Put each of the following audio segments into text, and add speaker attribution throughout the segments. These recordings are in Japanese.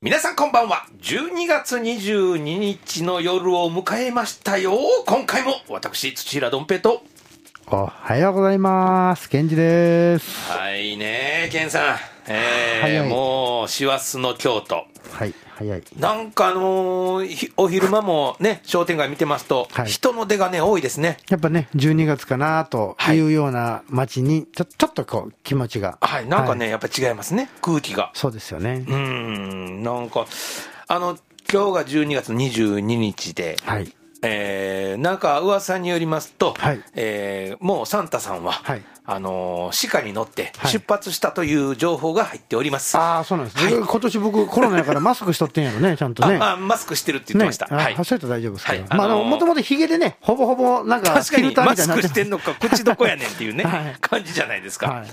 Speaker 1: 皆さんこんばんは12月22日の夜を迎えましたよ今回も私土浦どん平と
Speaker 2: おはようございます。ケンジです。
Speaker 1: はいねケンさんえー
Speaker 2: 早い
Speaker 1: もう師走の京都
Speaker 2: はい、早い。
Speaker 1: なんかあのーひお昼間もね商店街見てますと、
Speaker 2: はい
Speaker 1: 人の出がね多いですね
Speaker 2: やっぱね、12月かなと
Speaker 1: はい
Speaker 2: いうような街に、ちょ、ちょっとこう、気持ちが。
Speaker 1: はいなんかね、。やっぱ違いますね空気が
Speaker 2: そうですよね
Speaker 1: う。んなんかあの今日が12月22日で、
Speaker 2: はい。
Speaker 1: えー、なんか噂によりますと、
Speaker 2: はい
Speaker 1: えーもうサンタさんは、
Speaker 2: はい
Speaker 1: あのー鹿に乗って
Speaker 2: はい
Speaker 1: 出発したという情報が入っております。
Speaker 2: ああ、そうなんです。
Speaker 1: はい
Speaker 2: 今年僕コロナやからマスクしとってんやろね、ちゃんとね。
Speaker 1: ああマスクしてるって言ってました。
Speaker 2: ね、
Speaker 1: はい
Speaker 2: あ、そうやったら大丈夫ですけど。
Speaker 1: はい
Speaker 2: まあ、
Speaker 1: あ
Speaker 2: あ
Speaker 1: のー
Speaker 2: の、もともとヒゲでね、ほぼほぼ、なんか、
Speaker 1: 確かに
Speaker 2: フィルター
Speaker 1: マ
Speaker 2: みたい
Speaker 1: ス
Speaker 2: に
Speaker 1: ク
Speaker 2: なて
Speaker 1: してんのか、口どこやねんっていうね、
Speaker 2: はい
Speaker 1: 感じじゃないですか。
Speaker 2: はい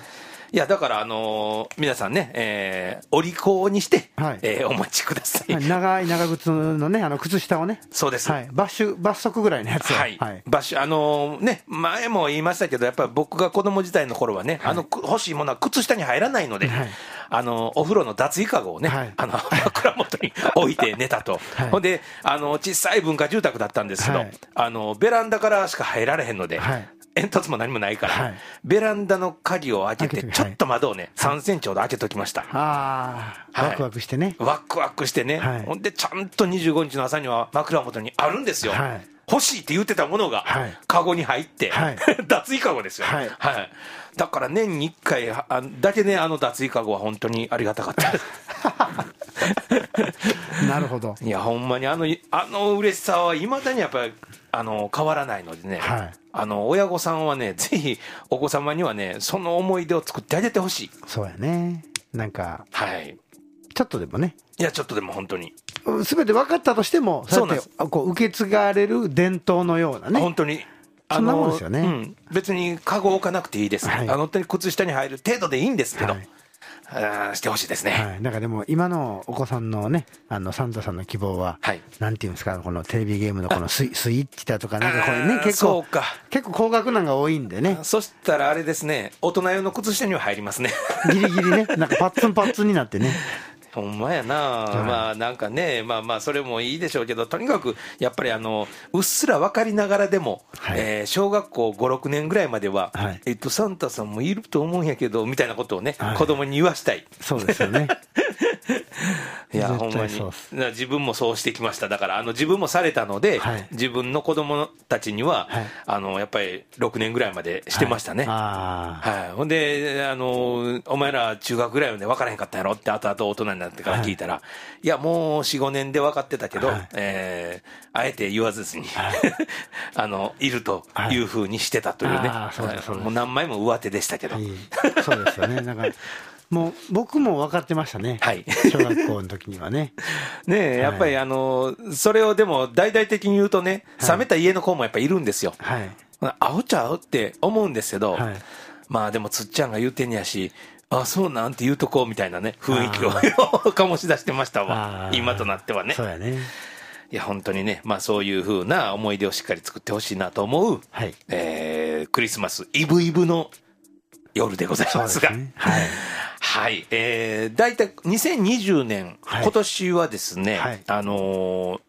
Speaker 1: い、や、だから、あのー皆さんね、えー、お利口にして、
Speaker 2: はい
Speaker 1: えーお待ちください。
Speaker 2: はい長い長靴のね、あの、靴下をね。
Speaker 1: そうです。
Speaker 2: はい。バッシュ、罰則ぐらいのやつを。
Speaker 1: はい、場所、あのーね、前も言いましたけど、やっぱり僕が子供時代の頃はね、あのく欲しいものは靴下に入らないので、
Speaker 2: はい
Speaker 1: あのお風呂の脱衣かごをね、
Speaker 2: はい
Speaker 1: あの 枕元に置いて寝たと、
Speaker 2: はい
Speaker 1: ほんであの、小さい文化住宅だったんですけど、
Speaker 2: はい
Speaker 1: あのベランダからしか入られへんので。
Speaker 2: はい
Speaker 1: 煙突も何もないから、
Speaker 2: はい
Speaker 1: ベランダの鍵を開けて、
Speaker 2: 開けて
Speaker 1: ちょっと窓をね、3センチほど開けときました。
Speaker 2: ああ、
Speaker 1: はい
Speaker 2: ワクワクしてね。
Speaker 1: ワクワクしてね、
Speaker 2: はい
Speaker 1: ほんでちゃんと25日の朝には枕元にあるんですよ、
Speaker 2: はい
Speaker 1: 欲しいって言ってたものが、
Speaker 2: はい
Speaker 1: カゴに入って、
Speaker 2: はい
Speaker 1: 脱衣カゴですよ、
Speaker 2: はい
Speaker 1: だから年に1回はあだけね、あの脱衣カゴは本当にありがたか ったです
Speaker 2: なるほど。
Speaker 1: いや、ほんまにあのあの嬉しさはいまだにやっぱりあの変わらないのでね。
Speaker 2: はい
Speaker 1: あの親御さんはね、ぜひお子様にはね、その思い出を作ってあげてほしい、
Speaker 2: そうやね。なんか、
Speaker 1: はい、
Speaker 2: ちょっとでもね、
Speaker 1: いや、ちょっとでも本当に、
Speaker 2: すべて分かったとしても、
Speaker 1: そ
Speaker 2: そうう
Speaker 1: なん
Speaker 2: や
Speaker 1: で
Speaker 2: っ
Speaker 1: す
Speaker 2: てこう受け継がれる伝統のようなね
Speaker 1: 本、当に。
Speaker 2: そんなもんですよね
Speaker 1: うん別にカゴ置かなくていいです、
Speaker 2: はい
Speaker 1: あの本当に靴下に入る程度でいいんですけど、
Speaker 2: はい
Speaker 1: あーしてほしいですね、
Speaker 2: はい、なんかでも、今のお子さんのね、あのサンタさんの希望は、
Speaker 1: はい
Speaker 2: なんていうんですか、このテレビゲームのこの スイスイッチだとか、なんかこれ
Speaker 1: あ
Speaker 2: ね
Speaker 1: ー、
Speaker 2: 結
Speaker 1: そう
Speaker 2: 構
Speaker 1: か、
Speaker 2: 結構高額なんが多いんで ね、
Speaker 1: そしたらあれですね大人用の靴下には入り ますね
Speaker 2: ギリギリね、なんかパッツンパッツンになってね、
Speaker 1: ほんまやな、
Speaker 2: い
Speaker 1: まあなんかねまあまあそれもいいでしょうけどとにかくやっぱりあのうっすら分かりながらでも、
Speaker 2: はい
Speaker 1: えー小学校56年ぐらいまでは、
Speaker 2: はい
Speaker 1: えっとサンタさんもいると思うんやけどみたいなことをね、
Speaker 2: はい
Speaker 1: 子供に言わしたい
Speaker 2: そうですよね。
Speaker 1: いや、
Speaker 2: 絶
Speaker 1: ほ
Speaker 2: 対
Speaker 1: んまに
Speaker 2: そうっす。
Speaker 1: な自分もそうしてきました。だから、あの、自分もされたので、
Speaker 2: はい
Speaker 1: 自分の子供たちには、
Speaker 2: はい
Speaker 1: あの、やっぱり6年ぐらいまで してましたね。はい
Speaker 2: ああ、
Speaker 1: ほんで、あの、お前ら中学ぐらいまで分からへんかったやろって、後々大人になってから聞いたら、い、や、もう4、5年で分かってたけど、
Speaker 2: はい
Speaker 1: えーあえて言わずに、 あの、いるというふうにしてたというね、
Speaker 2: あーそうですそうです
Speaker 1: もう何枚も上手でしたけど、
Speaker 2: いいそうですよね、なんか、もう僕も分かってましたね、
Speaker 1: はい
Speaker 2: 小学校の時にはね。
Speaker 1: ねえ、やっぱりあの、それをでも大々的に言うとね、冷めた家の子もやっぱいるんですよ。
Speaker 2: はい
Speaker 1: アホちゃうって思うんですけど、
Speaker 2: はい
Speaker 1: まあでもつっちゃんが言うてんやし、あ、そうなんて言うとこうみたいなね、雰囲気を
Speaker 2: あ
Speaker 1: 醸し出してました
Speaker 2: あ
Speaker 1: わ。
Speaker 2: ー
Speaker 1: 今となってはね
Speaker 2: そ。うやね。
Speaker 1: いや、本当にね、まあそういう風な思い出をしっかり作ってほしいなと思う、
Speaker 2: はい
Speaker 1: えークリスマスイブイブの夜でございますが。
Speaker 2: そうですねはい
Speaker 1: はい。えー、大体2020年、
Speaker 2: はい
Speaker 1: 今年はですね、
Speaker 2: はい
Speaker 1: あの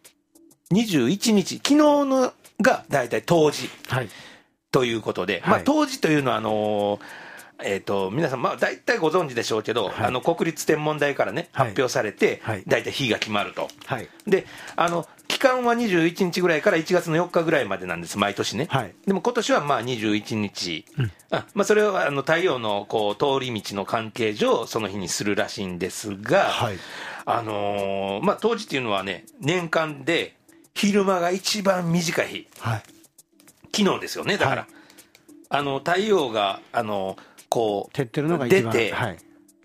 Speaker 1: ー、21日、昨日のが大体冬至
Speaker 2: はい。
Speaker 1: ということで、まあ
Speaker 2: はい
Speaker 1: 冬至というのは、あのーえっ、と、皆さん、まあ、大体ご存知でしょうけど、
Speaker 2: はい
Speaker 1: あの、国立天文台からね、
Speaker 2: はい
Speaker 1: 発表されて、
Speaker 2: はい
Speaker 1: 大体日が決まると。
Speaker 2: はい
Speaker 1: で、あの、期間は21日ぐらいから1月の4日ぐらいまでなんです、毎年ね。
Speaker 2: はい
Speaker 1: でも今年はまあ21日。あまあ、それはあの太陽のこう通り道の関係上、その日にするらしいんですが、
Speaker 2: はい
Speaker 1: あのーまあ、当時っていうのはね、年間で昼間が一番短い日。
Speaker 2: はい
Speaker 1: 昨日ですよね、だから。
Speaker 2: はい
Speaker 1: あの、太陽が、あの、こう、
Speaker 2: 照ってるのが一番
Speaker 1: 出て
Speaker 2: はい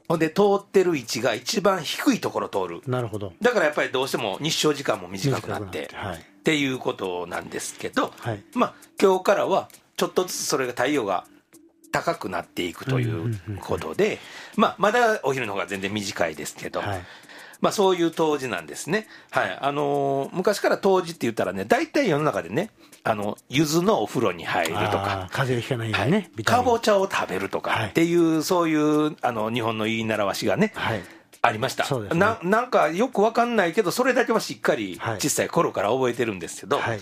Speaker 1: ほんで通ってる位置が一番低いところ通る。
Speaker 2: なるほど
Speaker 1: だからやっぱりどうしても日照時間も短くなって、
Speaker 2: 短くなってはい
Speaker 1: っていうことなんですけど、
Speaker 2: はい
Speaker 1: まあ、今日からはちょっとずつそれが太陽が高くなっていくとい
Speaker 2: んうん
Speaker 1: う
Speaker 2: うんうん
Speaker 1: ことで、まあ、まだお昼の方が全然短いですけど、
Speaker 2: はい
Speaker 1: まあ、そういう冬至なんですね。はい。あのー昔から冬至って言ったらね、大体世の中でね、あの、柚子のお風呂に入るとか
Speaker 2: あー、風邪ひかないようにねビタ
Speaker 1: か
Speaker 2: ミン
Speaker 1: ぼちゃを食べると
Speaker 2: は
Speaker 1: か
Speaker 2: い
Speaker 1: っていう、そういう、あの、日本の言い習わしがね、
Speaker 2: はい
Speaker 1: ありました。
Speaker 2: そうですね
Speaker 1: ななんかよくわかんないけど、それだけはしっかり
Speaker 2: はい
Speaker 1: 小さい頃から覚えてるんですけど、
Speaker 2: はい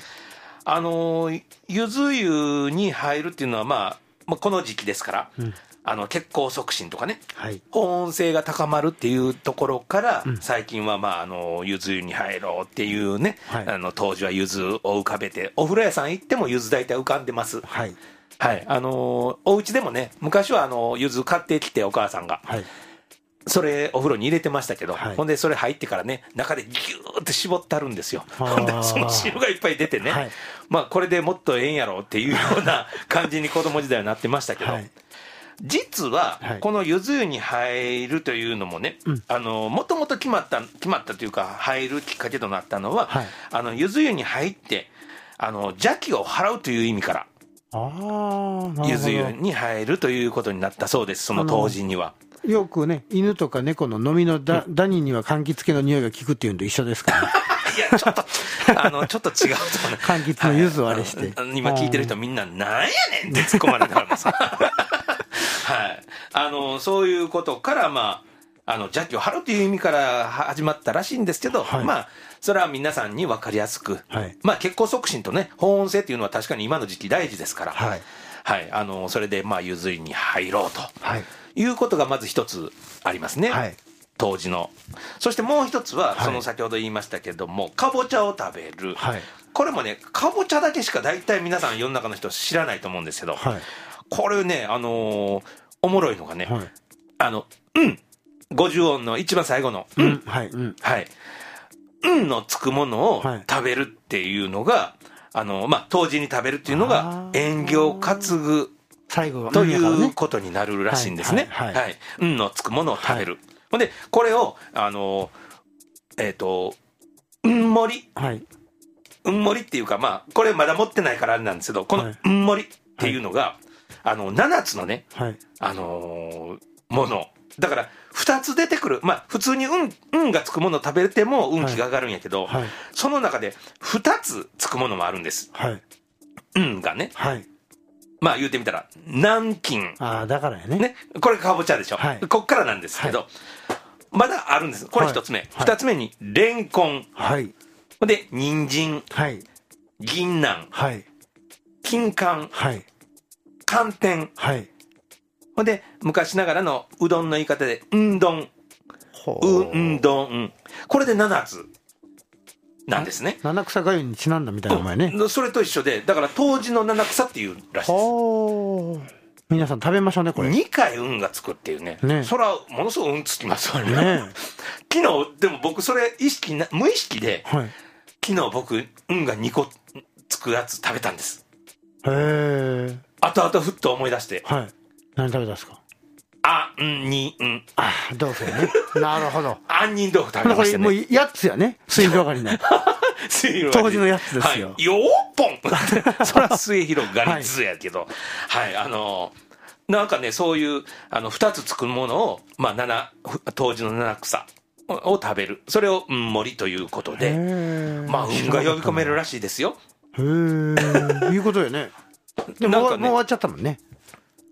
Speaker 1: あのーゆず湯に入るっていうのは、まあ、まあ、この時期ですから、
Speaker 2: うん
Speaker 1: あの血行促進とかね、
Speaker 2: はい
Speaker 1: 保温性が高まるっていうところから、最近は、まあ、あのゆず湯に入ろうっていうね、
Speaker 2: はい
Speaker 1: あの当時はゆずを浮かべて、お風呂屋さん行ってもゆず大体浮かんでます。
Speaker 2: はい
Speaker 1: はい、あのーお家でもね、昔はあのゆず買ってきて、お母さんが、
Speaker 2: はい
Speaker 1: それ、お風呂に入れてましたけど、
Speaker 2: はい
Speaker 1: ほんで、それ入ってからね、中でぎゅーって絞ってあるんですよ、
Speaker 2: あー
Speaker 1: ほんで、その汁がいっぱい出てね、
Speaker 2: はい
Speaker 1: まあ、これでもっとええんやろうっていうような感じに子供時代はなってましたけど、
Speaker 2: はい
Speaker 1: 実は、
Speaker 2: はい
Speaker 1: このゆず湯に入るというのもね、あのもともと決まった、決まったというか、入るきっかけとなったのは、
Speaker 2: はい
Speaker 1: あのゆず湯に入って、あの邪気を払うという意味から、
Speaker 2: ああ
Speaker 1: ゆず湯に入るということになったそうです、その当時には。
Speaker 2: よくね、犬とか猫の飲みのダ,、ダニには柑橘系の匂いが効くっていうのと一緒ですから、ね、
Speaker 1: いや、ちょっと、あの、ちょっと違うと思うね。
Speaker 2: 柑橘の柚子をあれして
Speaker 1: はいあの今聞いてる人みんな、なんやねんって突っ込まれたからさ。はい。あの、そういうことから、まあ、あの、邪気を張るという意味から始まったらしいんですけど、
Speaker 2: はい
Speaker 1: まあ、それは皆さんに分かりやすく、
Speaker 2: はい
Speaker 1: まあ、血行促進とね、保温性っていうのは確かに今の時期大事ですから、
Speaker 2: はい
Speaker 1: はい。あの、それで、まあ、ゆずりに入ろうと。
Speaker 2: はい
Speaker 1: いうことがまず一つありますね、
Speaker 2: はい
Speaker 1: 当時の。そしてもう一つは、
Speaker 2: はい
Speaker 1: その先ほど言いましたけども、かぼちゃを食べる、
Speaker 2: はい
Speaker 1: これもね、かぼちゃだけしか大体皆さん、世の中の人、知らないと思うんですけど、
Speaker 2: はい
Speaker 1: これね、あのーおもろいのがね、
Speaker 2: はい
Speaker 1: あの、うん、50音の一番最後の、うん、
Speaker 2: うんはいうん
Speaker 1: はい、うんのつくものを
Speaker 2: はい
Speaker 1: 食べるっていうのが、あのまあ、当時に食べるっていうのが
Speaker 2: あ、ー
Speaker 1: 縁起を担ぐ。
Speaker 2: 最後は
Speaker 1: とい
Speaker 2: うんだから
Speaker 1: う
Speaker 2: ね
Speaker 1: ことになるらしいんですね。
Speaker 2: はいはい
Speaker 1: は。
Speaker 2: はい
Speaker 1: 運のつくものを食べる。ほんで、これを、あの、えっ、と、うんもり、
Speaker 2: はい
Speaker 1: うんもりっていうか、まあ、これまだ持ってないからあれなんですけど、こ
Speaker 2: は
Speaker 1: の
Speaker 2: い
Speaker 1: うんもりっていうのが、あの、7つのね、
Speaker 2: はい
Speaker 1: あのーもの。だから、2つ出てくる。まあ、普通にうん、うんがつくものを食べても運気が上がるんやけど、
Speaker 2: はい
Speaker 1: その中で2つつくものもあるんです。
Speaker 2: はい
Speaker 1: うんがね。
Speaker 2: はい
Speaker 1: まあ、言うてみたら、南京。
Speaker 2: ああだからやね
Speaker 1: ね、これかぼちゃでしょ、
Speaker 2: はい
Speaker 1: こっからなんですけど、まだあるんです、これ一つ目、
Speaker 2: はい
Speaker 1: 二、つ目にレンコン、
Speaker 2: はい
Speaker 1: で人参、
Speaker 2: はい
Speaker 1: 銀杏、
Speaker 2: はい
Speaker 1: 金柑、
Speaker 2: はい
Speaker 1: 寒天、
Speaker 2: はい
Speaker 1: ほんで昔ながらのうどんの言い方で、うんどん、
Speaker 2: ほ
Speaker 1: うんどん、これで七つなんですね。
Speaker 2: 七草がゆにちなんだみたいなお前ね
Speaker 1: うんそれと一緒で、だから当時の七草っていうらしいです。
Speaker 2: ほう皆さん食べましょうねこれね
Speaker 1: 2回運がつくっていうね、
Speaker 2: ね
Speaker 1: それはものすごく運つきますよね。
Speaker 2: え
Speaker 1: 昨日、でも僕、それ意識な、無意識で、
Speaker 2: はいへ
Speaker 1: 昨日僕、運が2個つくやつ食べたんです。
Speaker 2: え
Speaker 1: 後々ふっと思い出して、
Speaker 2: はい何食べたんですか
Speaker 1: あ、ん、に、ん、
Speaker 2: ああどうせね なるほど
Speaker 1: 杏仁豆腐食べ
Speaker 2: こ
Speaker 1: まし
Speaker 2: れ
Speaker 1: た
Speaker 2: もう
Speaker 1: ね。
Speaker 2: 8つやね水 上がりの当時のやつですよ
Speaker 1: はい、よーっ ぽんそら末広がりずやけど、はい、あのーなんかね、そういう、あの、2つつくものを、まあ、七、当時の七草をを食べる。それを、うん、森ということで、
Speaker 2: へえ
Speaker 1: まあ、運が呼び込めるらしいですよ。
Speaker 2: へえ、いうこと よね。でも、
Speaker 1: なんかね
Speaker 2: もう終わっちゃったもんね。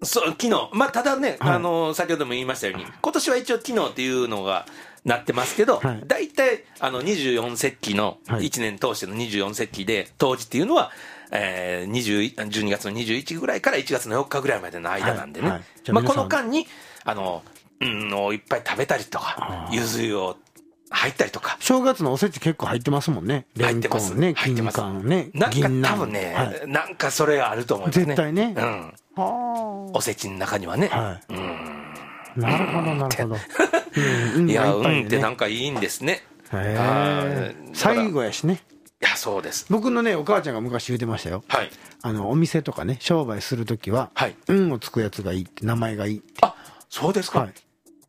Speaker 1: そう昨日まあただね、
Speaker 2: はい
Speaker 1: あの先ほども言いましたように、今年は一応、昨日っていうのがなってますけど
Speaker 2: はい、
Speaker 1: 大体、あの24節気の、
Speaker 2: はい
Speaker 1: 1年通しての24節気で、冬至っていうのは、えー、20 12月の21ぐらいから1月の4日ぐらいまでの間なんでね、
Speaker 2: はいはいじゃあ
Speaker 1: まあ、こ
Speaker 2: 皆さ
Speaker 1: の
Speaker 2: ん
Speaker 1: 間にあの、うん、をいっぱい食べたりとか、ゆず湯を入ったりとか、
Speaker 2: 正月のおせち結構入ってますもんね。レ
Speaker 1: 入っ
Speaker 2: ン
Speaker 1: て
Speaker 2: コ
Speaker 1: ます
Speaker 2: ンね、
Speaker 1: 入って
Speaker 2: 金
Speaker 1: ます
Speaker 2: 柑ね、
Speaker 1: なんか
Speaker 2: 銀杏
Speaker 1: 多分ね、
Speaker 2: はい
Speaker 1: なんかそれあると思いますね。
Speaker 2: 絶対ね
Speaker 1: うん
Speaker 2: は
Speaker 1: おせちの中にはね、
Speaker 2: は
Speaker 1: うん
Speaker 2: あなるほど、なる ほど。うん
Speaker 1: いや、
Speaker 2: う
Speaker 1: うん
Speaker 2: が
Speaker 1: ん
Speaker 2: っぱい
Speaker 1: っ
Speaker 2: で
Speaker 1: て
Speaker 2: ね
Speaker 1: なんかいいんですね。
Speaker 2: へ
Speaker 1: は
Speaker 2: え
Speaker 1: い
Speaker 2: 最後やしね。
Speaker 1: いや、そうです。
Speaker 2: 僕のね、お母ちゃんが昔言うてましたよ。
Speaker 1: はい。
Speaker 2: あの、お店とかね、商売するときは、
Speaker 1: はい。
Speaker 2: 運をつくやつがいいって、名前がいいって。
Speaker 1: あ、そうですか。
Speaker 2: はい。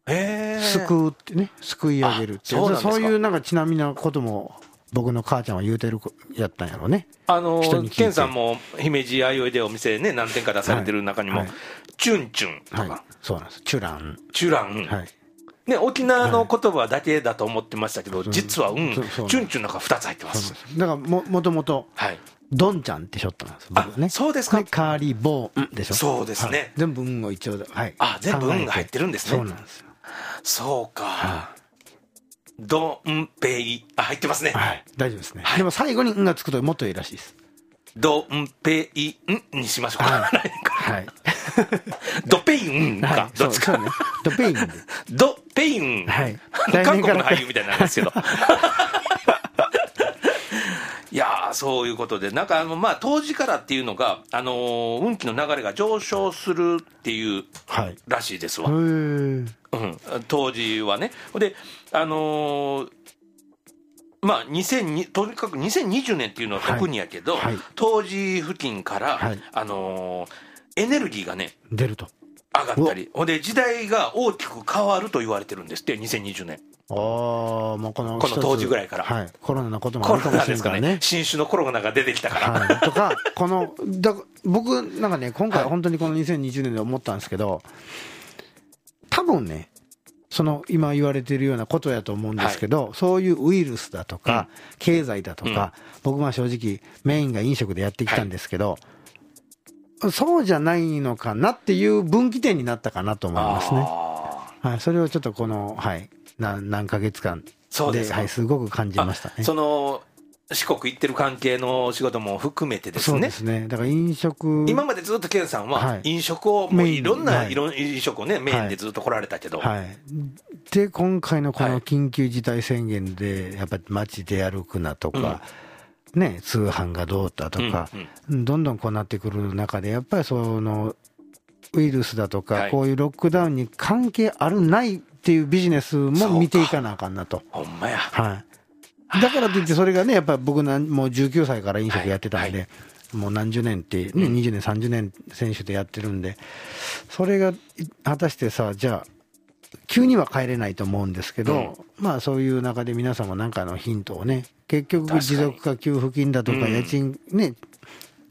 Speaker 1: へえ。
Speaker 2: 救うってね、救い上げるって。
Speaker 1: あそうなんですか
Speaker 2: そういうなんかちなみなことも、僕の母ちゃんは言うてる子やったんやろうね。
Speaker 1: あの
Speaker 2: 人に聞いて
Speaker 1: 健さんも姫路あいおいでお店ね、何店か出されてる中にも、
Speaker 2: はいはい
Speaker 1: チュンチュンとか、
Speaker 2: はい。そうなんです。チュラン。
Speaker 1: チュラン、
Speaker 2: はい。
Speaker 1: ね、沖縄の言葉だけだと思ってましたけど、実は、うん、チ
Speaker 2: そうそう
Speaker 1: ュンチュンなんか2つ入ってま
Speaker 2: そう
Speaker 1: す
Speaker 2: で。すだからも、もともと、
Speaker 1: はい。
Speaker 2: ドンちゃんってショットなんです、僕はね。
Speaker 1: あそうですか
Speaker 2: で、カーリーボーンでしょ。
Speaker 1: そうですね
Speaker 2: はい全部運を一応だ、はい。
Speaker 1: あ全部運が入ってるんですね
Speaker 2: 考えそうなんですよ。
Speaker 1: そうか
Speaker 2: は。
Speaker 1: ドンペイ、あ、入ってますね。
Speaker 2: はい。大丈夫ですね
Speaker 1: は。い
Speaker 2: でも最後に運がつくともっといいらしいです。
Speaker 1: ドンペインにしましょうか。
Speaker 2: はい。
Speaker 1: ドペイン
Speaker 2: は
Speaker 1: か
Speaker 2: い。。
Speaker 1: どっち
Speaker 2: そう
Speaker 1: か
Speaker 2: そう。ね。ドペインで。
Speaker 1: ドペイン。
Speaker 2: はい
Speaker 1: あの
Speaker 2: 来
Speaker 1: 韓
Speaker 2: 年
Speaker 1: 国
Speaker 2: か
Speaker 1: の
Speaker 2: ら
Speaker 1: 俳優みたいになるんです けど。いやーそういうことで、なんかあの、まあ、当時からっていうのが、あのー運気の流れが上昇するっていう
Speaker 2: はい。へ
Speaker 1: らしいですわ、
Speaker 2: ー
Speaker 1: うん、当時はね。で、あのーまあ、2002とにかく2020年っていうのは特にやけど、
Speaker 2: はいはい
Speaker 1: 当時付近から、
Speaker 2: はい
Speaker 1: あのーエネルギーがね、
Speaker 2: 出ると。
Speaker 1: 上がったり、ほんで、時代が大きく変わると言われてるんですって、2020年。
Speaker 2: ああ、もうこの
Speaker 1: この当時ぐらいから
Speaker 2: はい。コロナのことも
Speaker 1: コ
Speaker 2: ある
Speaker 1: ロ
Speaker 2: かも
Speaker 1: ナ
Speaker 2: し
Speaker 1: で
Speaker 2: れん
Speaker 1: す
Speaker 2: か
Speaker 1: からね
Speaker 2: ね、。
Speaker 1: 新種のコロナが出てきたから、
Speaker 2: はい、と か、このだ僕なんかね、今回、本当にこの2020年で思ったんですけど、多分ね、その今言われてるようなことやと思うんですけど、そういうウイルスだとか、経済だとか、僕は正直、メインが飲食でやってきたんですけど、そうじゃないのかなっていう分岐点になったかなと思いますね。
Speaker 1: あ
Speaker 2: はい、それをちょっとこの、はい、な何ヶ月間で
Speaker 1: そうですか
Speaker 2: はい、すごく感じ
Speaker 1: ー
Speaker 2: ましたね。
Speaker 1: その四国行ってる関係のお仕事も含めてです
Speaker 2: そう
Speaker 1: ね
Speaker 2: で。すね。だから飲食
Speaker 1: 今までずっと健さん
Speaker 2: は
Speaker 1: はい飲食を、もう
Speaker 2: メイン
Speaker 1: いろんな
Speaker 2: はい
Speaker 1: いろん飲食をね、メインでずっと来られたけど、
Speaker 2: はい、で、今回のこ
Speaker 1: は
Speaker 2: の
Speaker 1: い
Speaker 2: 緊急事態宣言で、やっぱり街で歩くなとか、ね、通販がどうだとか、どんどんこうなってくる中で、やっぱりそのウイルスだとか、
Speaker 1: はい
Speaker 2: こういうロックダウンに関係あるないっていうビジネスも見ていかなあかんなと。
Speaker 1: ほんまや、
Speaker 2: はい、だからといって、それがね、やっぱり僕なん、もう19歳から飲食やってたんで、
Speaker 1: は
Speaker 2: もう何十年って、ね、20年、30年、選手でやってるんで、それがい果たしてさ、じゃあ、急には帰れないと思うんですけど、まあそういう中で皆さんもなんかのヒントをね、結
Speaker 1: 確か
Speaker 2: 局、
Speaker 1: に
Speaker 2: 持続化給付金だとか、
Speaker 1: うん
Speaker 2: 家賃、ね、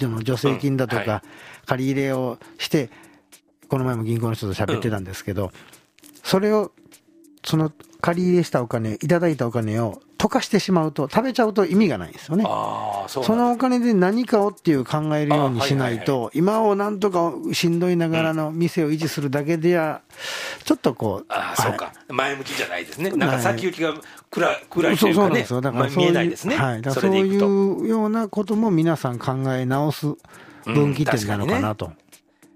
Speaker 2: その助成金だとか、
Speaker 1: うんは
Speaker 2: 借り入れをして、この前も銀行の人と喋ってたんですけど、それを、その借り入れしたお金、いただいたお金を溶かしてしまうと、食べちゃうと意味がないんですよね。
Speaker 1: ああ、そう
Speaker 2: そ
Speaker 1: なん
Speaker 2: のお金で何かをっていう考えるようにしない
Speaker 1: あ
Speaker 2: と、今をなんとかしんどいながらの店を維持するだけでは、ちょっとこう、
Speaker 1: ああ
Speaker 2: は
Speaker 1: そ
Speaker 2: いう
Speaker 1: か、前向きじゃないですね、なんか先行きが暗暗いと
Speaker 2: そ
Speaker 1: いうう
Speaker 2: そうな
Speaker 1: か
Speaker 2: んで
Speaker 1: ね
Speaker 2: すよ。だ、か
Speaker 1: まあ
Speaker 2: らそう
Speaker 1: 見
Speaker 2: い
Speaker 1: え
Speaker 2: う、
Speaker 1: ないですね、
Speaker 2: はい、だか
Speaker 1: そ
Speaker 2: らそ
Speaker 1: れ
Speaker 2: う
Speaker 1: でい
Speaker 2: い
Speaker 1: くと。
Speaker 2: うようなことも皆さん考え直す分岐点なのかなと。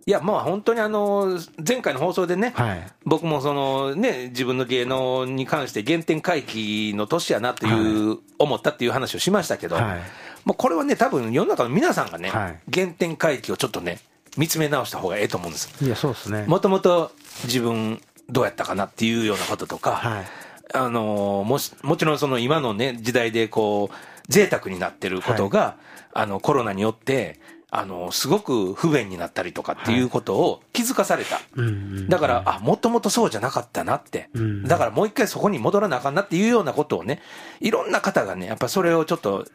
Speaker 1: いや、まあ本当にあの前回の放送でね、
Speaker 2: はい。
Speaker 1: 僕もそのね、自分の芸能に関して原点回帰の年やなという、思ったっていう話をしましたけど、
Speaker 2: はい
Speaker 1: もうこれはね、多分世の中の皆さんがね、
Speaker 2: はい
Speaker 1: 原点回帰をちょっとね、見つめ直した方がええと思うんです。
Speaker 2: いや、そうですね。
Speaker 1: もともと自分どうやったかなっていうようなこととか、
Speaker 2: はい
Speaker 1: あのーもしもちろんその今のね、時代でこう、贅沢になってることが、あの、コロナによって、あの、すごく不便になったりとかっていうことを気づかされた。
Speaker 2: うんうん
Speaker 1: だから、あ、もともとそうじゃなかったなって
Speaker 2: うん。
Speaker 1: だからもう一回そこに戻らなあかんなっていうようなことをね、いろんな方がね、やっぱそれをちょっと、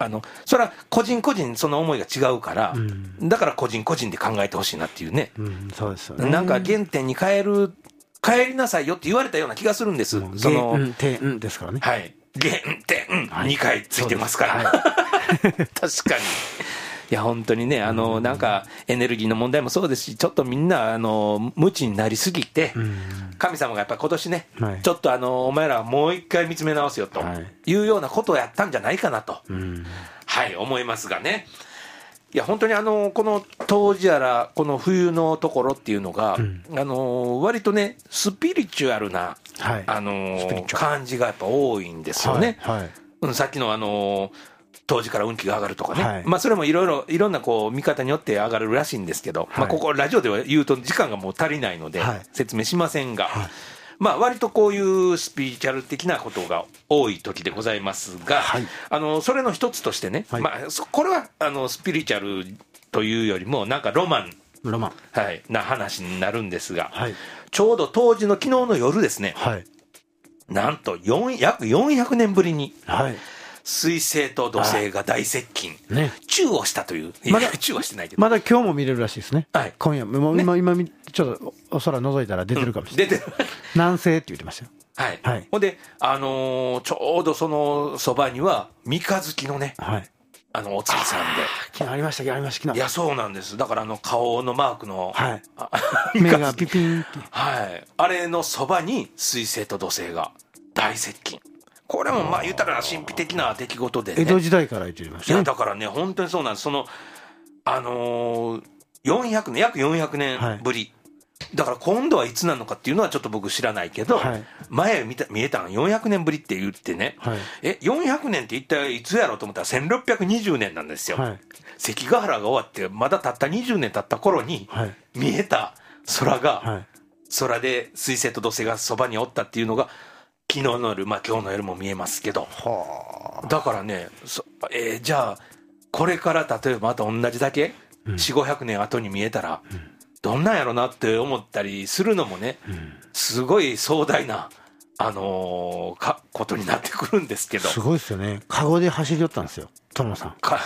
Speaker 1: あの、それは個人個人その思いが違うから、
Speaker 2: ん
Speaker 1: だから個人個人で考えてほしいなっていうね。
Speaker 2: うん、そうですよね。
Speaker 1: なんか原点に変える、帰りなさいよって言われたような気がするんです。
Speaker 2: うん、
Speaker 1: その、
Speaker 2: うん、て、うんですからね。
Speaker 1: はい。原点、
Speaker 2: はい
Speaker 1: 2回ついてますから。
Speaker 2: そうで
Speaker 1: 確かに。いや、本当にね、あの、なんか、エネルギーの問題もそうですし、ちょっとみんな、あの、無知になりすぎて、神様がやっぱ今年ね、
Speaker 2: はい
Speaker 1: ちょっとあの、お前らはもう一回見つめ直すよと
Speaker 2: は
Speaker 1: いうようなことをやったんじゃないかなと、
Speaker 2: うん。
Speaker 1: はい、思いますがね。いや本当にあのこの当時やらこの冬のところっていうのが、
Speaker 2: うん
Speaker 1: あの割とねスピリチュアルな、
Speaker 2: はい
Speaker 1: あの
Speaker 2: スピリチュア
Speaker 1: 感じがやっぱ多いんですよね。
Speaker 2: はいはい
Speaker 1: うん、さっきのあのー当時から運気が上がるとかね、
Speaker 2: はい
Speaker 1: まあ、それもいろいろ、いろんなこう見方によって上がるらしいんですけど、ま
Speaker 2: は
Speaker 1: あ、
Speaker 2: い
Speaker 1: ここ、ラジオでは言うと、時間がもう足りないので
Speaker 2: はい、
Speaker 1: 説明しませんが、
Speaker 2: はい
Speaker 1: まあ割とこういうスピリチュアル的なことが多い時でございますが、
Speaker 2: はい
Speaker 1: あのそれの一つとしてね、
Speaker 2: はい
Speaker 1: まあ、そこれはあのスピリチュアルというよりも、なんかロマン、
Speaker 2: ロマン
Speaker 1: はい、な話になるんですが、
Speaker 2: はい
Speaker 1: ちょうど当時の昨日の夜ですね、
Speaker 2: はい
Speaker 1: なんと4約400年ぶりに、
Speaker 2: はい
Speaker 1: 水星と土星が大接近、
Speaker 2: ね
Speaker 1: チューをしたという、
Speaker 2: ま
Speaker 1: ま
Speaker 2: だ
Speaker 1: だチューはしてないけど、
Speaker 2: まだ今日も見れるらしいですね、
Speaker 1: はい
Speaker 2: 今夜、もう
Speaker 1: ね
Speaker 2: 今、今見、ちょっとおお空覗いたら出てるかもしれな
Speaker 1: 出
Speaker 2: い、
Speaker 1: てる、
Speaker 2: 南西って言ってましたよ、
Speaker 1: はい、
Speaker 2: はい
Speaker 1: ほんで、あのーちょうどそのそばには、三日月のね、
Speaker 2: はい、
Speaker 1: あのお月さんで、
Speaker 2: 昨日ありました、昨日ありました、昨
Speaker 1: い
Speaker 2: 日
Speaker 1: や、そうなんです、だからあの顔のマークの、
Speaker 2: はい
Speaker 1: あ
Speaker 2: 目
Speaker 1: 三
Speaker 2: が
Speaker 1: 日
Speaker 2: ピ
Speaker 1: 月、
Speaker 2: ピンって、
Speaker 1: はい、あれのそばに水星と土星が大接近、これもまあ言ったら神秘的な出来事で、ね、
Speaker 2: 江戸時代から言ってまし
Speaker 1: い
Speaker 2: た
Speaker 1: や
Speaker 2: ね、
Speaker 1: だからね、本当にそうなんです、そのあのー、400年、約400
Speaker 2: はい
Speaker 1: 年ぶり、だから今度はいつなのかっていうのはちょっと僕、知らないけど、
Speaker 2: はい
Speaker 1: 前見た見えたの400年ぶりって言ってね、
Speaker 2: はい
Speaker 1: え400年って一体いつやろうと思ったら、1620年なんですよ、
Speaker 2: はい
Speaker 1: 関ヶ原が終わって、まだたった20年経った頃に、
Speaker 2: はい
Speaker 1: 見えた空が、
Speaker 2: はい、
Speaker 1: 空で水星と土星がそばにおったっていうのが、昨日の夜、まあ今日の夜も見えますけど。
Speaker 2: は
Speaker 1: だからね、そえーじゃあ、これから例えばまた同じだけ、
Speaker 2: うん
Speaker 1: 4、500年後に見えたら、どんなんやろなって思ったりするのもね、
Speaker 2: あ、
Speaker 1: すごい壮大な、あのーかことになってくるんですけど、
Speaker 2: すごいですよね、カゴで走り寄ったんですよ、トモさ
Speaker 1: か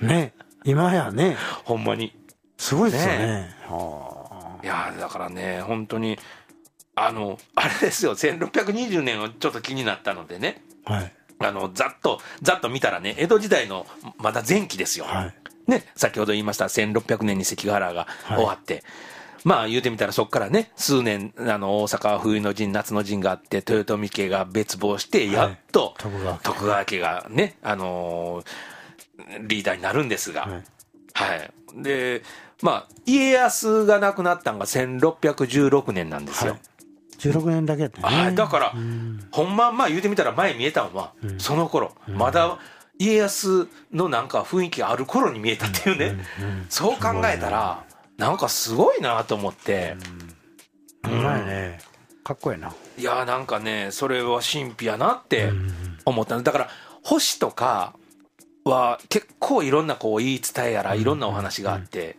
Speaker 2: ん、ね、今やね、
Speaker 1: ほんまに。
Speaker 2: すごいですよね、
Speaker 1: ね
Speaker 2: はい
Speaker 1: やーだからね、本当に、あの、あれですよ、1620年はちょっと気になったのでね、
Speaker 2: あ、はい、
Speaker 1: あの、ざっと、ざっと見たらね、江戸時代のまだ前期ですよ。
Speaker 2: はい、
Speaker 1: ね、先ほど言いました1600年に関ヶ原が終わって、まあ言うてみたらそこからね、数年、あの、大阪は冬の陣、夏の陣があって、豊臣家が滅亡して、やっと、
Speaker 2: 徳川家
Speaker 1: 徳川家がね、あのーリーダーになるんですが、
Speaker 2: は
Speaker 1: はいい、で、まあ、家康が亡くなったのが1616年なんですよ。
Speaker 2: はい16年だけやった
Speaker 1: は
Speaker 2: ね、
Speaker 1: い、だから
Speaker 2: うん、
Speaker 1: ほんま、まあ言うてみたら前見えたんは、その頃、まだ家康のなんか雰囲気ある頃に見えたっていうね、そう考えたら、なんかすごいなと思って、
Speaker 2: うまいね、かっこいいな、
Speaker 1: いやーなんかね、それは神秘やなって思ったのだから、星とかは結構いろんなこう言い伝えやら、いろんなお話があって、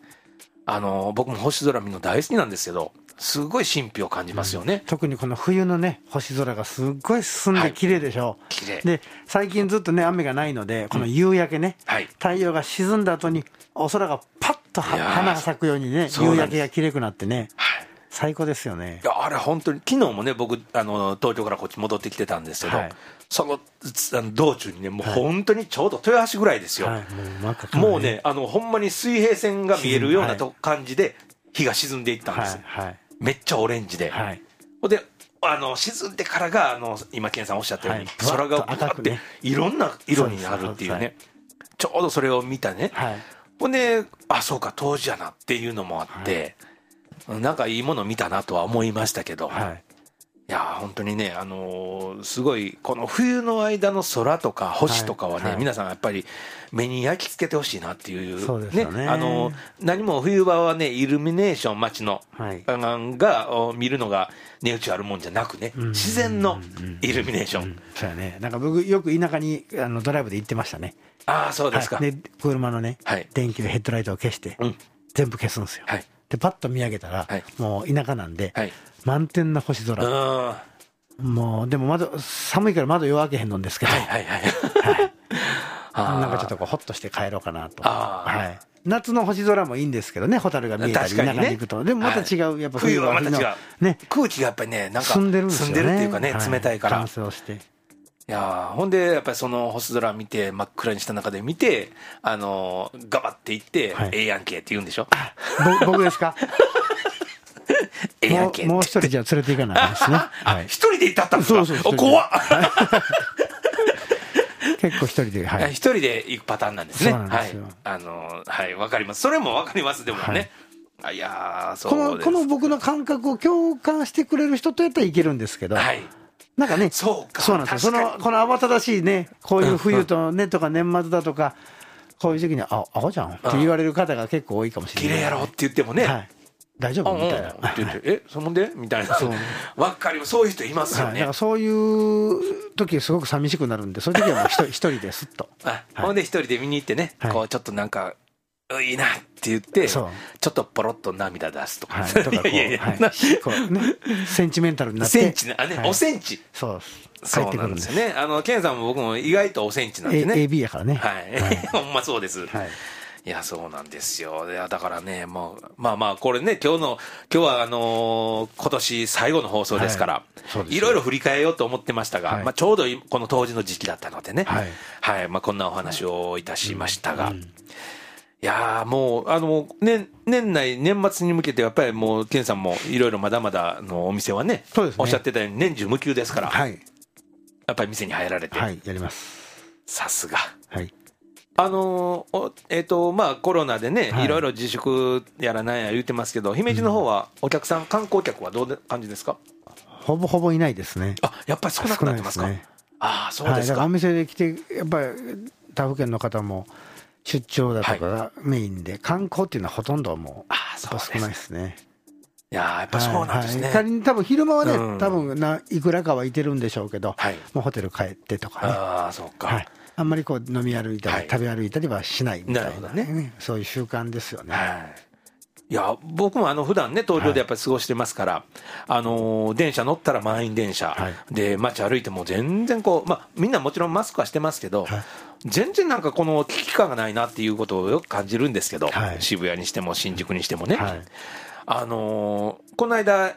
Speaker 1: あの、僕も星空見るの大好きなんですけど、すごい神秘を感じますよね。
Speaker 2: 特にこの冬のね、星空がすっごい進ん
Speaker 1: は
Speaker 2: で
Speaker 1: い
Speaker 2: 綺麗でしょ、
Speaker 1: 綺麗。
Speaker 2: で最近ずっとね雨がないのでこの夕焼けね、
Speaker 1: はい
Speaker 2: 太陽が沈んだ後にお空がパッとはい
Speaker 1: やー
Speaker 2: 花が咲くようにね
Speaker 1: そうな
Speaker 2: 夕
Speaker 1: んです
Speaker 2: 焼けが綺麗くなってね
Speaker 1: はい
Speaker 2: 最高ですよね
Speaker 1: いやあれ本当に昨日もね僕あの東京からこっち戻ってきてたんですけど、
Speaker 2: はい
Speaker 1: そのつあの道中にねもう本当にちょうど豊橋ぐらいですよ、
Speaker 2: はいもう真っ赤
Speaker 1: もうねあのほんまに水平線が見えるようなと、
Speaker 2: 沈
Speaker 1: 感じで日が沈んでいったん
Speaker 2: は
Speaker 1: で
Speaker 2: い
Speaker 1: す、
Speaker 2: はい
Speaker 1: めっちゃオレンジで、
Speaker 2: はい
Speaker 1: ほんであの沈んでからがあの今健さんおっしゃったように、
Speaker 2: はい
Speaker 1: 空が
Speaker 2: ぶわっ
Speaker 1: ぶわ
Speaker 2: と赤
Speaker 1: っ
Speaker 2: く
Speaker 1: て
Speaker 2: ね
Speaker 1: いろんな色になるっていう
Speaker 2: そうで
Speaker 1: ねちょうどそれを見たね、
Speaker 2: はい
Speaker 1: ほんであそうか当時やなっていうのもあって、なんかいいもの見たなとは思いましたけど、
Speaker 2: はい
Speaker 1: いやー本当にね、あのーすごい、この冬の間の空とか星とかはね、
Speaker 2: はいはい
Speaker 1: 皆さんやっぱり目に焼き付けてほしいなっていう、
Speaker 2: そうですよね
Speaker 1: あのー何も冬場はね、イルミネーション、街の、
Speaker 2: はい
Speaker 1: あのーがお見るのが値打ちあるもんじゃなくね、
Speaker 2: ん
Speaker 1: 自然のイルミネーション、
Speaker 2: そうやねなんか僕よく田舎にあのドライブで行ってましたね
Speaker 1: ああ、そうですか、
Speaker 2: は
Speaker 1: はいい、
Speaker 2: で車のね
Speaker 1: はい
Speaker 2: 電球ヘッドライトを消して
Speaker 1: うん
Speaker 2: 全部消すんですよ
Speaker 1: はい
Speaker 2: でパッと見上げたら
Speaker 1: はい
Speaker 2: もう田舎なんで
Speaker 1: はい、
Speaker 2: 満天な星
Speaker 1: うーん、
Speaker 2: 空
Speaker 1: は
Speaker 2: もうでも窓寒いから窓夜明けへんのんですけ
Speaker 1: い
Speaker 2: ど
Speaker 1: はいはい、 あー
Speaker 2: なんかちょっとこうほっとして帰ろうかなと、
Speaker 1: あー
Speaker 2: はい、夏の星空もいいんですけどね、蛍が見えたり、
Speaker 1: 確かに
Speaker 2: 中
Speaker 1: ね
Speaker 2: に行くと、でもまた違う、
Speaker 1: はい
Speaker 2: やっぱ
Speaker 1: 冬はまた
Speaker 2: の
Speaker 1: 違う、
Speaker 2: ね、
Speaker 1: 空気がやっぱりね、なんか
Speaker 2: 澄んでるんですよね、
Speaker 1: 澄んでるっていうかね、
Speaker 2: は
Speaker 1: 冷たいから。
Speaker 2: 乾燥して、
Speaker 1: いやーほんで、やっぱりその星空見て、真っ暗にした中で見て、あのー、ガバっていって、
Speaker 2: はい
Speaker 1: ええやんけって言うんでしょ、
Speaker 2: ぼ僕で すか、
Speaker 1: ええやん
Speaker 2: も
Speaker 1: け
Speaker 2: うもう一人じゃ連れていかないですね、
Speaker 1: あ、
Speaker 2: はい
Speaker 1: 一人で行ったったんですか
Speaker 2: そうそう一人で
Speaker 1: お怖っ
Speaker 2: 結構一人で、は
Speaker 1: はい
Speaker 2: い
Speaker 1: 一。人で行くパターンなんですね。
Speaker 2: そうなん
Speaker 1: は
Speaker 2: で
Speaker 1: い
Speaker 2: すよ。
Speaker 1: あの、はい、わかります。それもわかります、でもね。あいやー、
Speaker 2: こ
Speaker 1: そう
Speaker 2: の、
Speaker 1: です。
Speaker 2: この僕の感覚を共感してくれる人とやったらいけるんですけど、
Speaker 1: はい。
Speaker 2: なんかね、
Speaker 1: そうか。
Speaker 2: そうなんですよ。そ
Speaker 1: 確か
Speaker 2: の、この慌ただしいね、こういう冬とね、とか年末だとか、こういう時期に、あ、アホじゃんって言われる方が結構多いかもし
Speaker 1: に
Speaker 2: れ
Speaker 1: 綺
Speaker 2: ない。
Speaker 1: 麗やろって言ってもね。
Speaker 2: はい。大丈
Speaker 1: うん
Speaker 2: 夫
Speaker 1: うん
Speaker 2: み
Speaker 1: ったて
Speaker 2: いな。
Speaker 1: 言って、え、そんでみたいな
Speaker 2: そう。
Speaker 1: わかります。そういう人いますよ
Speaker 2: はい、だか
Speaker 1: ね
Speaker 2: ら。そういう時すごく寂しくなるんで、そういう時はもう一 人一人ですっと。
Speaker 1: あ
Speaker 2: はい
Speaker 1: ほんで一人で見に行ってね、
Speaker 2: はい
Speaker 1: こうちょっとなんか、ういいなって言って、ち
Speaker 2: そう
Speaker 1: ょっとポロッと涙出すとか。
Speaker 2: はい、とかこ う、
Speaker 1: いやいやいや
Speaker 2: はい
Speaker 1: な
Speaker 2: こうね、センチメンタルになって。
Speaker 1: センチな、あね、
Speaker 2: はい
Speaker 1: おセンチ。
Speaker 2: そうです。
Speaker 1: そ
Speaker 2: 帰っ
Speaker 1: う
Speaker 2: て
Speaker 1: な
Speaker 2: く
Speaker 1: ん
Speaker 2: るん
Speaker 1: で
Speaker 2: ですす
Speaker 1: よね。あの、ケンさんも僕も意外とおセンチなんで
Speaker 2: A-
Speaker 1: ね。
Speaker 2: AB やからね。
Speaker 1: はい。 ほんまそうです。
Speaker 2: はい。
Speaker 1: いや、そうなんですよ。いや、だからね、もう、まあまあ、これね、今日の、今日は、あのー今年最後の放送ですから、
Speaker 2: はいそうです
Speaker 1: いろいろ振り返ようと思ってましたが、
Speaker 2: はい
Speaker 1: まあ、ちょうどいこの当時の時期だったのでね、
Speaker 2: はい
Speaker 1: はい、まあ、こんなお話をいたしましたが、いやーもう、あの、年、年内、年末に向けて、やっぱりもう、ケンさんもいろいろまだまだあのお店はね、
Speaker 2: そうですね
Speaker 1: おっしゃってたように年中無休ですから、
Speaker 2: はい。
Speaker 1: やっぱり店に入られて、
Speaker 2: はい。やります。
Speaker 1: さすが。
Speaker 2: はい。
Speaker 1: あのーおえっ、と、まあ、コロナでね、
Speaker 2: はい
Speaker 1: い、ろいろ自粛やらなんや言ってますけど、姫路の方は、お客さん、観光客はどうで感じですか
Speaker 2: ほぼほぼいないですね。
Speaker 1: あやっぱり少なくなってますか、
Speaker 2: 少ないですね
Speaker 1: ああ、そう
Speaker 2: は
Speaker 1: で
Speaker 2: い。
Speaker 1: す
Speaker 2: だ
Speaker 1: か。
Speaker 2: からお店で来て、やっぱり、他府県の方も出張だとかがメインで、観光っていうのはほとんどもう、
Speaker 1: ああ、そうです
Speaker 2: 少ないですね。
Speaker 1: いやーやっぱそうなんですね。
Speaker 2: は
Speaker 1: はいい、
Speaker 2: 仮に多分昼間はね、
Speaker 1: うん
Speaker 2: 多分ないくらかはいてるんでしょうけど、もうホテル帰ってとかね、
Speaker 1: ああ、そうか。
Speaker 2: はい、あんまりこう飲み歩いたり、
Speaker 1: はい
Speaker 2: 食べ歩いたりはしないみたい
Speaker 1: な
Speaker 2: な
Speaker 1: る
Speaker 2: ねそういう習慣ですよね、
Speaker 1: はい、いや僕もあの普段ね東京でやっぱり過ごしてますから、あのー電車乗ったら満員電車、
Speaker 2: はい
Speaker 1: で街歩いても全然こう、まあ、みんなもちろんマスクはしてますけど、
Speaker 2: はい
Speaker 1: 全然なんかこの危機感がないなっていうことをよく感じるんですけど、
Speaker 2: はい
Speaker 1: 渋谷にしても新宿にしてもね、
Speaker 2: はい
Speaker 1: あのーこの間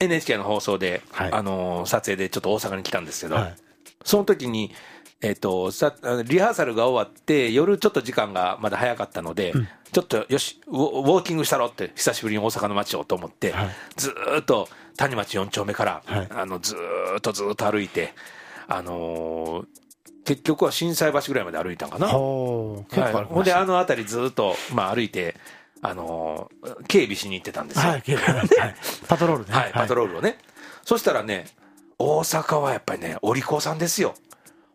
Speaker 1: NHK の放送で、
Speaker 2: はい
Speaker 1: あのー撮影でちょっと大阪に来たんですけど、
Speaker 2: はい
Speaker 1: その時に、えっとさあのリハーサルが終わって、夜ちょっと時間がまだ早かったので、ちょっとよしウォ、ウォーキングしたろって、久しぶりに大阪の街をと思って、
Speaker 2: はい
Speaker 1: ずーっと谷町4丁目から、
Speaker 2: はい
Speaker 1: あのずーっとずーっと歩いて、あのー結局は震災橋ぐらいまで歩いたんかな。
Speaker 2: ほう結構
Speaker 1: は
Speaker 2: あ
Speaker 1: い
Speaker 2: り
Speaker 1: ほん
Speaker 2: まし
Speaker 1: で、
Speaker 2: た
Speaker 1: あの辺りずーっと、まあ、歩いて、あのー警備しに行ってたんですよ。
Speaker 2: はい結構ありましたはいパトロールね、
Speaker 1: はい、パト
Speaker 2: ロ
Speaker 1: ロールをね、そしたらね、大阪はやっぱりね、お利口さんですよ、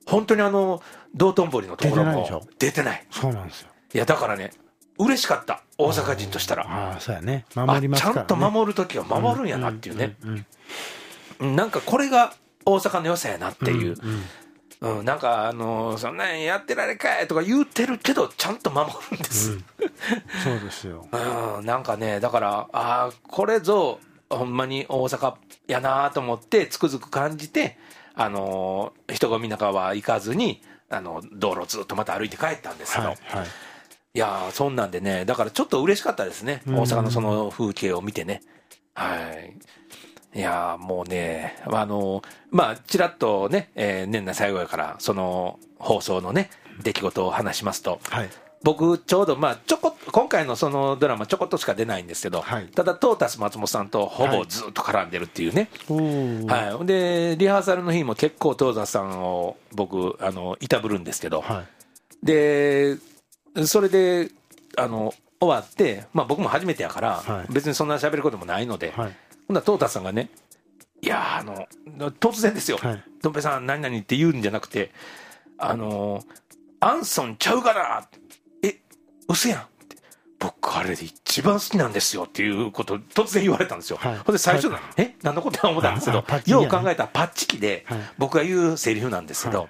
Speaker 1: 本当にあの道頓堀のところ
Speaker 2: 出てないでしょ
Speaker 1: も出てない、
Speaker 2: ールそうなんですよ
Speaker 1: いや、だからね、嬉しかった、大阪人としたら、
Speaker 2: ああそうやね
Speaker 1: あ
Speaker 2: 守り
Speaker 1: ち
Speaker 2: ます
Speaker 1: ゃ
Speaker 2: から、ね、
Speaker 1: んと守るときは守るんやなっていうね、
Speaker 2: うんうん
Speaker 1: うんなんかこれが大阪の良さやなっていう、
Speaker 2: うん
Speaker 1: うんなんか、あのそんなんやってられかいとか言うてるけど、ちゃんと守るんです。
Speaker 2: うんそうですよ
Speaker 1: うん、なんかね、だから、ああ、これぞ、ほんまに大阪やなと思って、つくづく感じて、あのー人混みの中は行かずに、あの、道路をずっとまた歩いて帰ったんですけど、
Speaker 2: はい
Speaker 1: い、
Speaker 2: はい
Speaker 1: やーそんなんでね、だからちょっと嬉しかったですね、
Speaker 2: うん
Speaker 1: 大阪のその風景を見てね。はい。いやーもうね、あのーまあ、ちらっとね、えー年内最後やから、その放送のね、出来事を話しますと、
Speaker 2: はい
Speaker 1: 僕、ちょうど、まあ、ちょこっ今回のそのドラマ、ちょこっとしか出ないんですけど、
Speaker 2: はい
Speaker 1: ただ、トータス松本さんとほぼずっと絡んでるっていうね、
Speaker 2: おー
Speaker 1: はいでリハーサルの日も結構、トータスさんを僕、あのいたぶるんですけど、
Speaker 2: はい
Speaker 1: でそれであの終わって、まあ、僕も初めてやから、
Speaker 2: はい
Speaker 1: 別にそんな喋ることもないので、
Speaker 2: はい
Speaker 1: ほんならトータスさんがね、いやーあの、突然ですよ、
Speaker 2: はい
Speaker 1: どんぺいさん、何々って言うんじゃなくて、あのーアンソンちゃうかなえ、嘘やんって僕、あれで一番好きなんですよっていうことを突然言われたんですよ。
Speaker 2: はい
Speaker 1: ほんで、最初、
Speaker 2: はい
Speaker 1: え、何のことや思ったんですけ
Speaker 2: あ
Speaker 1: ど
Speaker 2: あパッ、チキや
Speaker 1: よ
Speaker 2: ね
Speaker 1: う考えたらパッチキで
Speaker 2: はい、
Speaker 1: 僕が言うセリフなんですけど、、
Speaker 2: は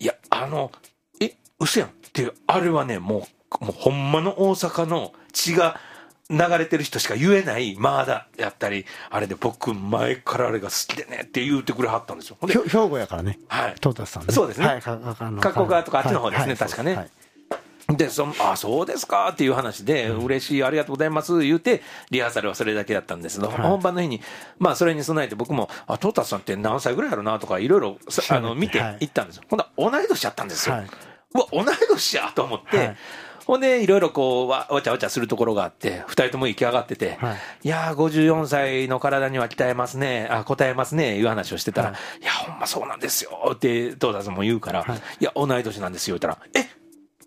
Speaker 2: い
Speaker 1: や、あの、え、嘘やんっていう、あれはね、もう、もうほんまの大阪の血が、流れてる人しか言えないマーダやったり、あれで僕、前からあれが好きでねって言うてくれはったんですよ。ほんで
Speaker 2: ひょ兵庫やからね
Speaker 1: はい、
Speaker 2: トータスさんね
Speaker 1: そうですね
Speaker 2: はいかかあの
Speaker 1: 加古川とかあっちの方ですね
Speaker 2: はい
Speaker 1: 確かね
Speaker 2: はい
Speaker 1: でそのあそうですかっていう話で、嬉しい、ありがとうございます言うて、リハーサルはそれだけだったんですけど、
Speaker 2: い
Speaker 1: 本番の日に、まあ、それに備えて、僕も、あトータスさんって何歳ぐらいやろうなとか、いろいろさ
Speaker 2: 調べて
Speaker 1: あの見て
Speaker 2: はい
Speaker 1: 行ったんですよ、ほんなら同い年やったんですよ、
Speaker 2: はいう
Speaker 1: わ、同い年やと思って、
Speaker 2: はい
Speaker 1: ほんで、いろいろこう、わわちゃわちゃするところがあって、二人とも行き上がってて、
Speaker 2: はい
Speaker 1: い、やー、54歳の体には鍛えますね、あ、答えますね、いう話をしてたら、、
Speaker 2: はい
Speaker 1: や、ほんまそうなんですよ、って、東田さんも言うから、
Speaker 2: はい
Speaker 1: い、や、同い年なんですよ、言ったら、え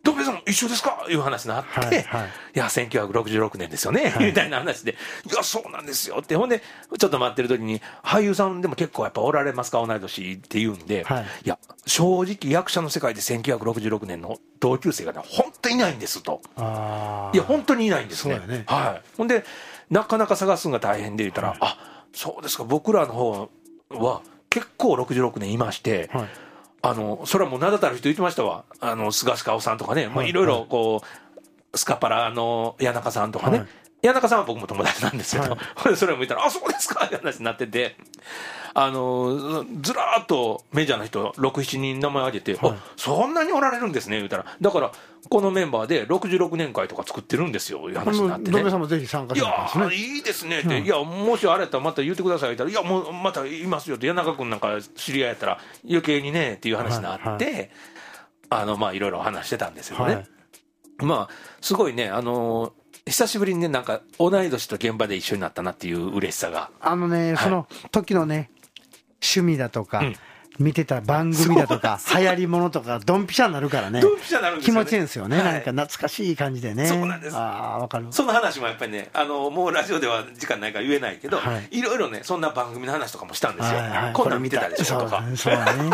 Speaker 1: ドベさんも一緒ですかいう話になって、
Speaker 2: はいいはい
Speaker 1: や、1966年ですよね、みたいな話で、いや、そうなんですよって、ほんで、ちょっと待ってる時に、俳優さんでも結構やっぱおられますか、同い年って言うんで、
Speaker 2: はい
Speaker 1: い、や、正直、役者の世界で1966年の同級生がね、本当にいないんですと。
Speaker 2: ああ
Speaker 1: いや、本当にいないんですね。
Speaker 2: そうやね
Speaker 1: はい。ほんで、なかなか探すのが大変で言ったら、あそうですか、僕らの方は結構66年いまして、
Speaker 2: はい
Speaker 1: あの、それはもう名だたる人言ってましたわ。あの、菅氏おさんとかね、ま
Speaker 2: は
Speaker 1: あ、
Speaker 2: い
Speaker 1: いろいろこう、スカパラの谷中さんとかね、
Speaker 2: はい
Speaker 1: 谷中さんは僕も友達なんですけど、
Speaker 2: はい
Speaker 1: ほんで それも見たら、あ、そうですかって話になってて、あの、ずらーっとメジャーな人、6、7人名前挙げて、
Speaker 2: は
Speaker 1: あ、
Speaker 2: い
Speaker 1: そんなにおられるんですね、言うたら。だから、このメンバーで66年会とか作ってるんですよ、いう
Speaker 2: こ
Speaker 1: 話にな
Speaker 2: の
Speaker 1: って
Speaker 2: ド
Speaker 1: ね
Speaker 2: ベ。さんもぜひ参加
Speaker 1: い
Speaker 2: し
Speaker 1: や
Speaker 2: たんです
Speaker 1: ー、
Speaker 2: ね
Speaker 1: いいですねって、いや、もしあれやったらまた言ってくださいって言ったら、いや、もうまたいますよって、谷中君なんか知り合いやったら、余計にねっていう話になって、
Speaker 2: は
Speaker 1: あの、まあ、いろいろ話してたんですよ
Speaker 2: は
Speaker 1: ね。
Speaker 2: い
Speaker 1: まあ、すごいね、あのー久しぶりにね、なんか、同い年と現場で一緒になったなっていう嬉しさが。
Speaker 2: あのね、その時のね、趣味だとか、
Speaker 1: うん
Speaker 2: 見てた番組だとか、流行りものとか、ドンピシャになるからね、
Speaker 1: ドンピシャになるんです
Speaker 2: 気
Speaker 1: よね
Speaker 2: 持ちいいんですよね、
Speaker 1: はい
Speaker 2: なんか懐かしい感じでね、
Speaker 1: そうなんです
Speaker 2: ああ、わかる、
Speaker 1: その話もやっぱりね、あのもうラジオでは時間ないから言えないけど、、
Speaker 2: はい
Speaker 1: ろいろね、そんな番組の話とかもしたんですよ、
Speaker 2: はいはい
Speaker 1: こんなん見てたでしょ
Speaker 2: これ
Speaker 1: と
Speaker 2: 見
Speaker 1: か、
Speaker 2: そうそうだ ね、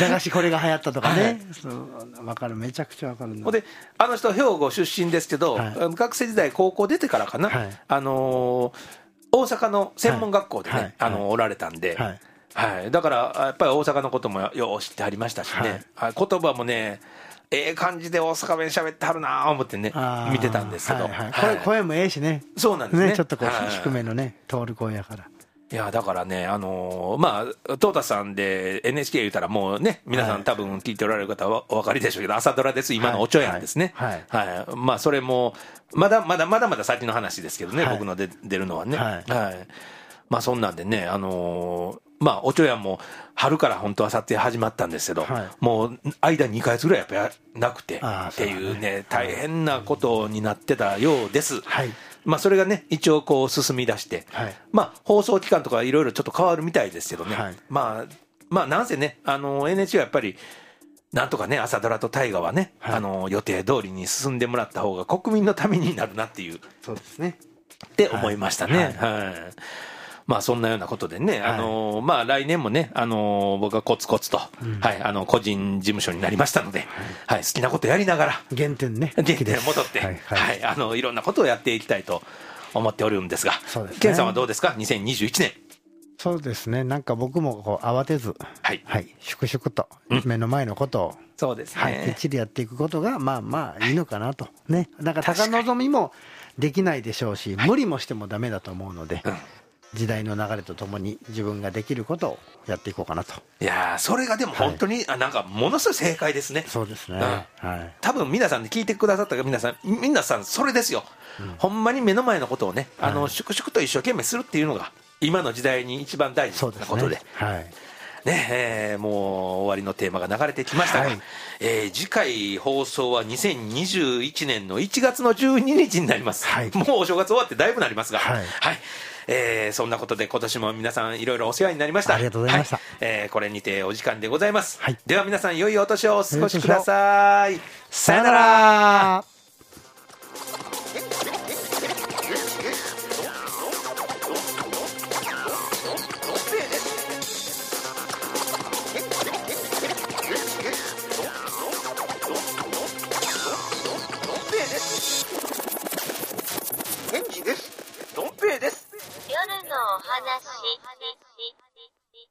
Speaker 2: 駄菓子これが流行ったとかね、そうわかる、めちゃくちゃわかる
Speaker 1: ほ。
Speaker 2: なん
Speaker 1: で、あの人、兵庫出身ですけど、
Speaker 2: はい
Speaker 1: あの学生時代、高校出てからかな、
Speaker 2: はい
Speaker 1: あのー大阪の専門学校でね、
Speaker 2: はいはい
Speaker 1: あのおられたんで、
Speaker 2: はい
Speaker 1: はいだからやっぱり大阪のこともよう知ってはりましたしね、はい言葉もね、ええ感じで大阪弁喋ってはるなぁ思ってね
Speaker 2: あ、ー
Speaker 1: 見てたんですけど、
Speaker 2: はいはいこれ
Speaker 1: はい
Speaker 2: 声もええしね。
Speaker 1: そうなんですね
Speaker 2: ね、ちょっとこう
Speaker 1: はい
Speaker 2: 低めのね、通る声やから。
Speaker 1: いやだからね、あのーまあ、トータさんで NHK 言うたら、もうね、皆さ
Speaker 2: はい
Speaker 1: ん、多分聞いておられる方はお分かりでしょうけど、朝ドラです、今のおちょやんですね、
Speaker 2: はい
Speaker 1: はいまあ、それもまだまだまだまだ先の話ですけどね、
Speaker 2: はい
Speaker 1: 僕の出出るのはね、
Speaker 2: は
Speaker 1: はいいまあ、そんなんでね、あのーまあ、おちょやんも春から本当、あさって始まったんですけど、
Speaker 2: はい
Speaker 1: もう間2ヶ月ぐらいやっぱやなくて
Speaker 2: あー
Speaker 1: ってい
Speaker 2: そうだ
Speaker 1: う
Speaker 2: ね
Speaker 1: ね、大変なことになってたようです。
Speaker 2: はい
Speaker 1: まあ、それがね、一応こう進み出して、
Speaker 2: はい
Speaker 1: まあ、放送期間とかいろいろちょっと変わるみたいですけどね、
Speaker 2: はい
Speaker 1: まあ、まあ、なんせね、あの NHK はやっぱり、なんとかね、朝ドラと大河はね、
Speaker 2: はい
Speaker 1: あの予定通りに進んでもらった方が国民のためになるなっていう、っ
Speaker 2: そうですね。
Speaker 1: て思いましたね。
Speaker 2: は
Speaker 1: はいいまあそんなようなことでね、あのまあ来年もね、あの僕はコツコツと、はい、あの個人事務所になりましたので、はい、好きなことやりながら、
Speaker 2: 原点ね。
Speaker 1: 原点戻って、
Speaker 2: は
Speaker 1: はいい
Speaker 2: はい
Speaker 1: あのいろんなことをやっていきたいと思っておるんですが、
Speaker 2: そうですね
Speaker 1: ケンさんはどうですか、2021年。
Speaker 2: そうですね、なんか僕もこう慌てず、
Speaker 1: はい
Speaker 2: はい、粛々と目の前のことを、
Speaker 1: そうです
Speaker 2: はい、きっちりやっていくことが、まあまあいいのかなと、ね、なんか高
Speaker 1: 確かに
Speaker 2: 望みもできないでしょうし、無理もしてもダメだと思うので、時代の流れとともに自分ができることをやっていこうかなと、
Speaker 1: いやーそれがでも本当に、あなんかものすごい正解ですね。
Speaker 2: そうですね、
Speaker 1: うん
Speaker 2: はい、
Speaker 1: 多分皆さんね聞いてくださった皆さん、皆さんそれですよ。ほんまに目の前のことをね、あの、粛々と一生懸命するっていうのが、今の時代に一番大事
Speaker 2: そ
Speaker 1: な
Speaker 2: うです
Speaker 1: ことで
Speaker 2: ね。。はい
Speaker 1: ねえーもう終わりのテーマが流れてきましたが、
Speaker 2: はい
Speaker 1: えー次回放送は2021年の1月の12日になります、
Speaker 2: はい
Speaker 1: もうお正月終わってだいぶなりますが、
Speaker 2: は
Speaker 1: はいいえーそんなことで今年も皆さんいろいろお世話になりました
Speaker 2: ありがとうございました
Speaker 1: はえーこれにてお時間でございます、
Speaker 2: はい
Speaker 1: では皆さん良いお年をお過ごしくださいさよなら
Speaker 3: です。どん兵衛です。
Speaker 4: 夜のお話。